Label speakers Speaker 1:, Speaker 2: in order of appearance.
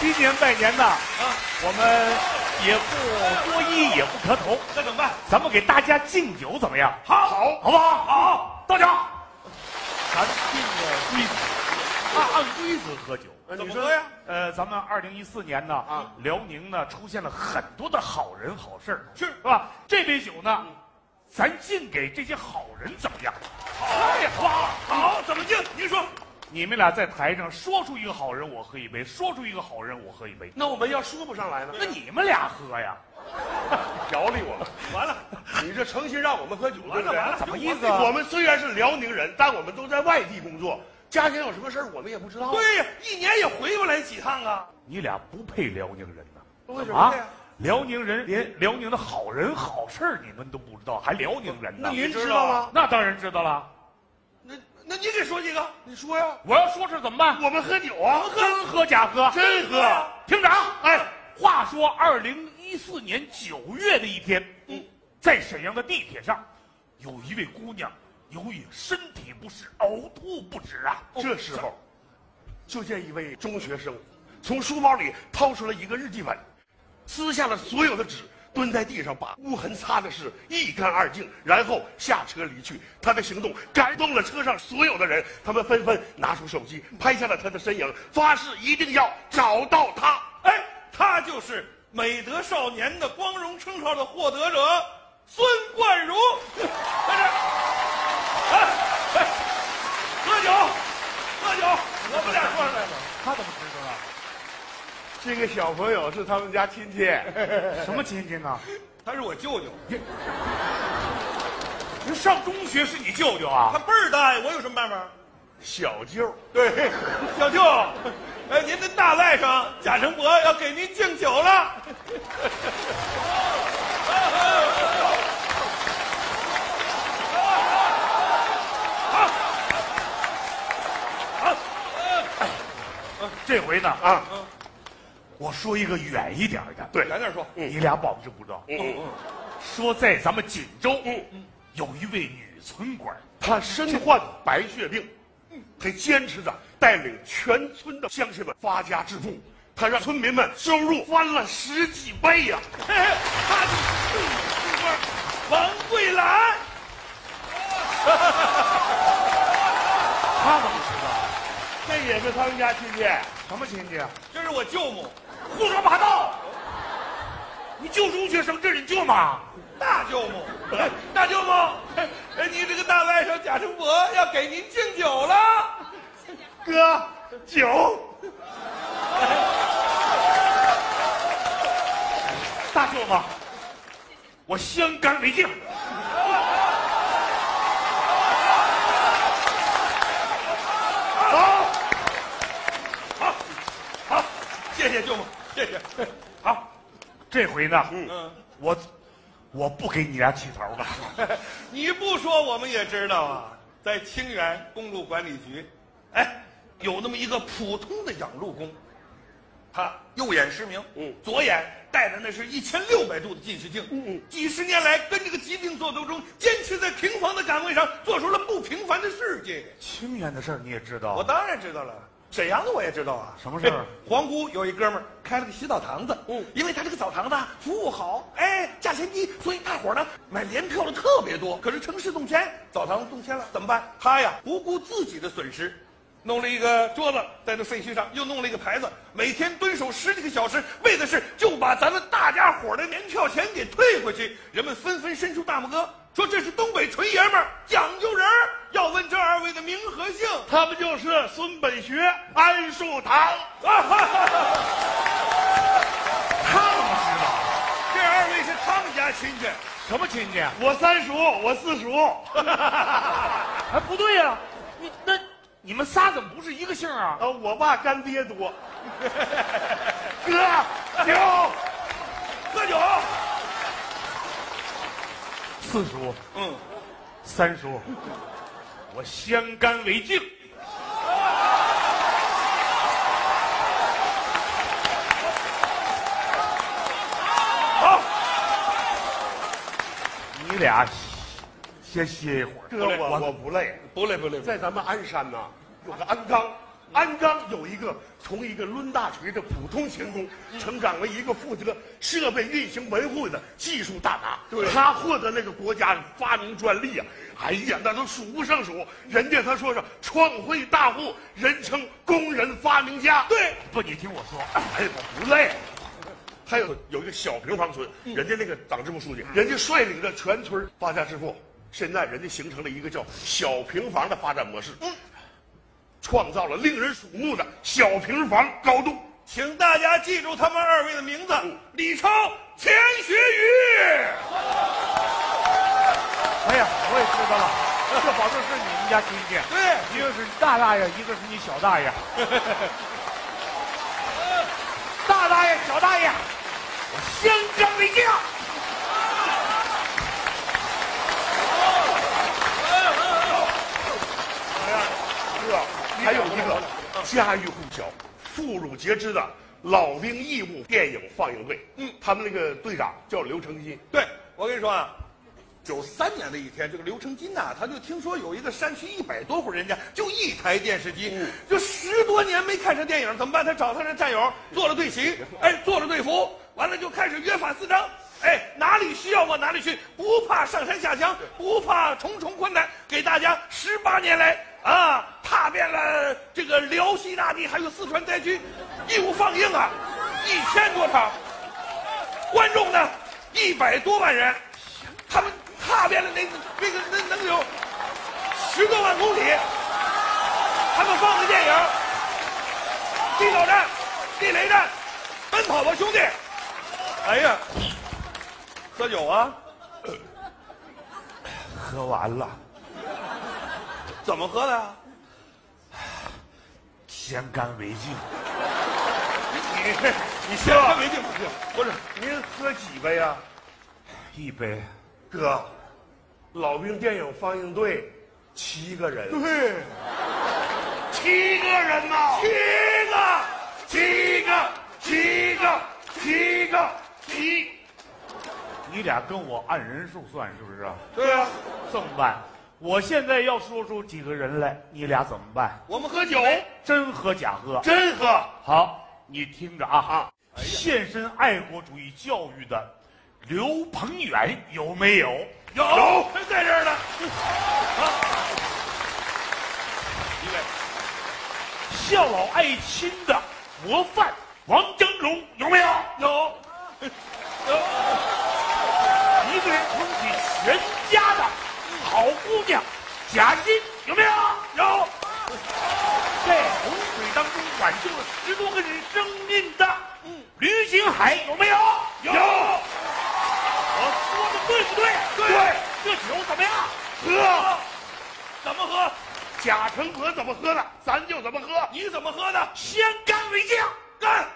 Speaker 1: 今年拜年呐，我们也不多揖，也不磕头，
Speaker 2: 那怎么办？
Speaker 1: 咱们给大家敬酒怎么样？
Speaker 2: 好，嗯
Speaker 1: 好不好？好，倒酒。
Speaker 2: 咱定
Speaker 3: 啊
Speaker 2: 个规矩，
Speaker 1: 按按规则喝酒。
Speaker 2: 怎么
Speaker 1: 你说
Speaker 2: 喝呀？
Speaker 1: 呃，咱们二零一四年呢，啊，辽宁呢出现了很多的好人好事儿，
Speaker 2: 是
Speaker 1: 是吧？这杯酒呢，咱敬给这些好人怎么样？好呀，好不好？
Speaker 2: 好，怎么定？您说，
Speaker 1: 你们俩在台上说出一个好人，我喝一杯；说出一个好人，我喝一杯。
Speaker 3: 那我们要说不上来呢？
Speaker 1: 那你们俩喝呀？
Speaker 3: 调理我了，
Speaker 2: 完了，
Speaker 3: 你这诚心让我们喝酒，对
Speaker 2: 完
Speaker 3: 不
Speaker 2: 了，
Speaker 3: 对？
Speaker 2: 完了，
Speaker 1: 怎么意思
Speaker 3: 我
Speaker 1: 啊？
Speaker 3: 们虽然是辽宁人，但我们都在外地工作，家乡有什么事儿我们也不知道。，
Speaker 2: 对呀，一年也回不来几趟啊。
Speaker 1: 你俩不配辽宁人呐！
Speaker 3: 为什么
Speaker 1: 啊
Speaker 3: 这样？，
Speaker 1: 辽宁人连辽宁的好人好事儿你们都不知道，还辽宁人呢
Speaker 3: 那？您
Speaker 2: 知
Speaker 3: 知
Speaker 2: 道
Speaker 3: 道啊
Speaker 2: 吗
Speaker 3: 吗？
Speaker 1: 那当然知道了。
Speaker 2: 那那你给说几个？
Speaker 3: 你说呀，
Speaker 1: 我要说是怎么办？
Speaker 3: 我们喝酒啊，
Speaker 1: 真喝假喝？
Speaker 3: 真喝
Speaker 2: 呀
Speaker 1: 厅长，哎，话说二零一四年九月的一天，嗯，在沈阳的地铁上，有一位姑娘由于身体不适呕吐不止啊。
Speaker 3: 哦这时候，就见一位中学生从书包里掏出了一个日记本，撕下了所有的纸，蹲在地上把污痕擦的是一干二净，然后下车离去。他的行动感动了车上所有的人，他们纷纷拿出手机拍下了他的身影，发誓一定要找到他。
Speaker 2: 哎，他就是美德少年的光荣称号的获得者孙冠儒。在这儿，哎哎，喝酒，喝酒，我们俩说出来了。
Speaker 1: 他怎么知道啊了？
Speaker 3: 这个小朋友是他们家亲戚，
Speaker 1: 什么亲戚啊？
Speaker 2: 他是我舅舅，
Speaker 1: 这上中学是你舅舅啊？
Speaker 2: 他辈儿大呀，我有什么办法？
Speaker 3: 小舅。
Speaker 2: 对，小舅， 哎，您的大赖上贾成伯要给您敬酒了。
Speaker 1: 这回呢
Speaker 2: 嗯
Speaker 1: 啊，
Speaker 3: 啊，
Speaker 1: 我说一个远一点的，
Speaker 3: 对，
Speaker 2: 咱这说，
Speaker 1: 你俩保证不知道。
Speaker 3: 嗯嗯，
Speaker 1: 说在咱们锦州
Speaker 3: 嗯，
Speaker 1: 有一位女村管，
Speaker 3: 他身患白血病，他坚持着带领全村的乡亲们发家致富，他让村民们收入翻了十几倍呀、
Speaker 2: 嘿嘿 他就是村官王桂兰。
Speaker 1: 他怎么知道？
Speaker 3: 这也是他们家亲戚。
Speaker 1: 什么亲戚啊？
Speaker 2: 这是我舅母，
Speaker 1: 胡说八道！你救中学生，这你救吗？
Speaker 2: 大舅母， 大舅母，哎，您这个大外甥贾成伯要给您敬酒了。
Speaker 3: 哥，酒，
Speaker 1: 大舅母，我先干为敬。
Speaker 2: 谢谢舅母，谢谢。
Speaker 1: 好，这回呢，
Speaker 2: 嗯，
Speaker 1: 我我不给你俩起头了。
Speaker 2: 你不说我们也知道啊，在清源公路管理局，哎，有那么一个普通的养路工，他右眼失明，
Speaker 3: 嗯
Speaker 2: 左眼戴的那是一千六百度的近视镜，
Speaker 3: 嗯嗯
Speaker 2: 几十年来跟这个疾病作斗中，坚持在平凡的岗位上做出了不平凡的事迹。
Speaker 1: 清远的事儿你也知
Speaker 3: 哦
Speaker 1: 道，
Speaker 2: 我当然知道了，沈阳的我也知道啊。
Speaker 1: 什么事儿
Speaker 2: 嘿皇姑有一哥们儿开了个洗澡堂子，嗯，因为他这个澡堂子啊服务好，哎，价钱低，所以大伙儿呢买联票的特别多。可是城市动迁，澡堂子动迁了，怎么办？他呀不顾自己的损失。弄了一个桌子在这废墟上，又弄了一个牌子，每天蹲守十几个小时，为的是就把咱们大家伙儿的年票钱给退回去。人们纷纷伸出大拇哥，说这是东北纯爷们儿讲究人儿。要问这二位的名和姓，
Speaker 3: 他们就是孙本学、安树 堂。
Speaker 1: 他怎么知道？
Speaker 2: 这二位是他们家亲戚，
Speaker 1: 什么亲戚？啊
Speaker 3: 我三叔，我四叔，
Speaker 1: 哎，不对呀、你那你们仨怎么不是一个姓啊？
Speaker 3: 呃，我爸干爹多。
Speaker 1: 哥，行，
Speaker 2: 喝酒。
Speaker 1: 四叔、
Speaker 2: 嗯，
Speaker 1: 三叔，我先干为敬。
Speaker 2: 好，
Speaker 1: 你俩先歇一会儿。
Speaker 3: 哥，我我不累，
Speaker 2: 不累不累。
Speaker 3: 在咱们鞍山呐，有个鞍钢，安章有一个从一个抡大锤的普通钳工，成长为一个负责设备运行维护的技术大拿。
Speaker 2: 对
Speaker 3: 他获得那个国家发明专利啊，哎呀，那都数不胜数。人家他说是创汇大户，人称工人发明家。
Speaker 2: 对，
Speaker 1: 不，你听我说，
Speaker 3: 哎，我不累。还有有一个小平房村，人家那个党支部书记，人家率领着全村发家致富。现在人家形成了一个叫小平房的发展模式，创造了令人瞩目的小平房高度。
Speaker 2: 请大家记住他们二位的名字：李超、钱学宇。
Speaker 1: 哎呀，我也知道了，这保证是你们家亲戚，
Speaker 2: 对
Speaker 1: 一个是大大爷，一个是你小大爷。 大大爷，小大爷，我先干为敬。
Speaker 3: 哎还有一个家喻户晓、妇孺皆知的老兵义务电影放映队，嗯，他们那个队长叫刘成金，
Speaker 2: 对，我跟你说啊，九三年的一天，这个刘成金呐、他就听说有一个山区一百多户人家就一台电视机，就十多年没看上电影，怎么办？他找他那战友做了队旗，哎，做了队服，完了就开始约法四章。哎，哪里需要往哪里去，不怕上山下乡，不怕重重困难，给大家十八年来啊，踏遍了这个辽西大地，还有四川灾区，义务放映啊，一千多场，观众呢，一百多万人，他们踏遍了那个那个那能有十多万公里，他们放的电影《地道战》《地雷战》《奔跑吧兄弟》，哎呀，喝酒啊，
Speaker 1: 喝完了，
Speaker 2: 怎么喝的呀、
Speaker 1: 先干为敬。
Speaker 3: 你你
Speaker 2: 先
Speaker 3: 先
Speaker 2: 喝
Speaker 3: 吧，
Speaker 2: 没劲不行，
Speaker 3: 不是您喝几杯啊呀、
Speaker 1: 一杯，
Speaker 3: 哥，老兵电影放映队七个人，
Speaker 2: 对，
Speaker 3: 七个人呐、
Speaker 2: 七个。
Speaker 3: 七个，七个，七个，七，
Speaker 1: 你俩跟我按人数算是不是啊？
Speaker 2: 对啊，
Speaker 1: 这么办？我现在要说出几个人来，你俩怎么办？
Speaker 2: 我们喝
Speaker 3: 喝
Speaker 2: 酒
Speaker 3: 酒，
Speaker 1: 真喝假喝？
Speaker 3: 真喝，
Speaker 1: 好，你听着啊啊！献身爱国主义教育的刘鹏远有没有？啊
Speaker 2: 有
Speaker 3: 有
Speaker 2: 在这儿呢，一位。
Speaker 1: 孝老爱亲的模范王峥嵘有没有？有。一个人撑起全家的好姑娘贾金有没有？有。在洪水当中挽救了十多个人生命的吕景海嗯哎有没有？有。我说的对不对？
Speaker 3: 对。
Speaker 1: 这酒怎么样？
Speaker 3: 喝。
Speaker 1: 怎么喝？
Speaker 3: 贾成和怎么喝的，咱就怎么喝。
Speaker 2: 你怎么喝的？
Speaker 1: 先干为敬，干！